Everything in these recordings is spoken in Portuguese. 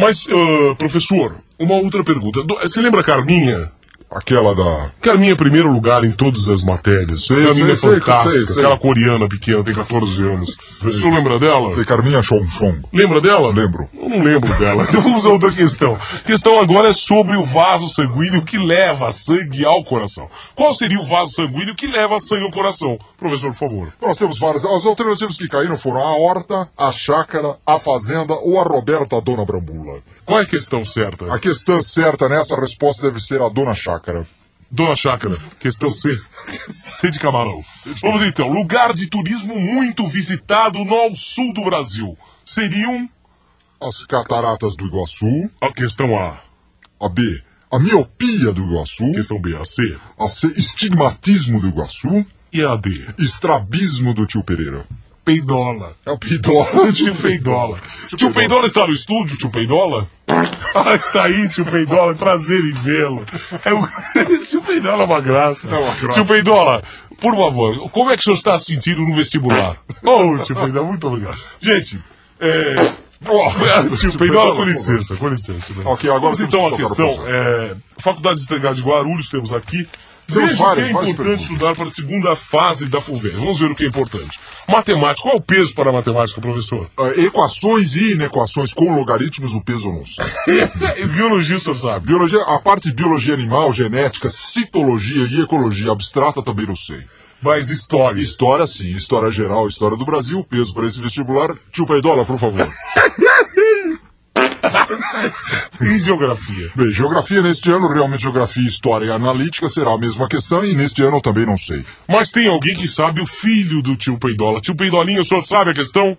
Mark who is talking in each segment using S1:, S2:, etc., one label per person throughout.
S1: Mas, ah, professor, uma outra pergunta. Do- Você lembra a Carminha? Aquela da. Carminha, é primeiro lugar em todas as matérias.
S2: Sei,
S1: Carminha
S2: sei, sei,
S1: fantástica.
S2: sei, sei.
S1: Aquela coreana pequena, tem 14 anos. O senhor lembra dela?
S2: Você, Carminha Chong Chong.
S1: Lembra dela?
S2: Lembro.
S1: Eu não lembro dela. Então vamos a outra questão. A questão agora é sobre o vaso sanguíneo que leva sangue ao coração. Qual seria o vaso sanguíneo que leva sangue ao coração? Professor, por favor.
S2: Nós temos várias. As alternativas que caíram foram a horta, a chácara, a fazenda ou a Roberta Dona Brambula.
S1: Qual é a questão certa?
S2: A questão certa nessa resposta deve ser a Dona Chácara.
S1: Dona Chácara, questão C. C de camarão. Vamos então. Lugar de turismo muito visitado no ao sul do Brasil. Seriam
S2: As cataratas do Iguaçu.
S1: a questão A,
S2: A B. A miopia do Iguaçu.
S1: questão B, a C
S2: A C. Estigmatismo do Iguaçu.
S1: e a D.
S2: Estrabismo do tio Pereira.
S1: Peidola.
S2: É o pidola.
S1: Tio Peidola. Tio Peidola está no estúdio, tio Peidola? Ah, está aí, tio Peidola. Prazer em vê-lo. É um- Tio Peidola é uma graça.
S2: É uma graça.
S1: Tio Peidola, por favor, como é que o senhor está se sentindo no vestibular? Oh, tio Peidola, muito obrigado. Gente, é...
S2: Oh,
S1: Tio Peidola, com
S2: por favor.
S1: licença, com licença. Tio Peidola.
S2: Ok, agora
S1: Vamos
S2: temos
S1: então
S2: que
S1: a
S2: tocar o
S1: questão. é, Faculdade de Estangado de Guarulhos, temos aqui.
S2: Temos
S1: Veja o que
S2: várias,
S1: é
S2: várias
S1: importante
S2: perguntas.
S1: estudar para a segunda fase da FUVEST. Vamos ver o que é importante. Matemática, qual é o peso para a matemática, professor?
S2: Ah, equações e inequações com logaritmos, o peso eu não sei.
S1: Biologista sabe.
S2: Biologia, a parte de biologia animal, genética, citologia e ecologia abstrata também não sei.
S1: Mas história.
S2: História sim, história geral, história do Brasil, peso para esse vestibular. Tio Peidola, por favor.
S1: E geografia.
S2: Bem, geografia neste ano, realmente geografia, história e analítica será a mesma questão e neste ano eu também não sei.
S1: Mas tem alguém que sabe o filho do tio Peidola. Tio Peidolinha, o senhor sabe a questão?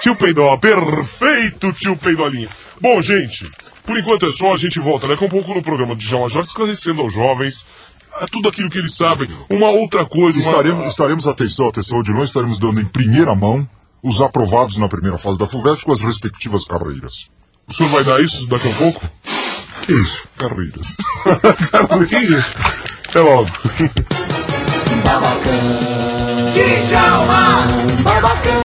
S1: Tio Peidola, perfeito, tio Peidolinha. Bom, gente, por enquanto é só, a gente volta daqui a pouco no programa de João Major, esclarecendo aos jovens ah, tudo aquilo que eles sabem. Uma outra coisa, uma...
S2: Estaremos, estaremos atenção, atenção de longe, estaremos dando em primeira mão os aprovados na primeira fase da FUVEST com as respectivas carreiras.
S1: o senhor vai dar isso daqui a pouco?
S2: Que isso? Carreiras.
S1: Até logo.
S3: Babacan. Djalma, Babacan.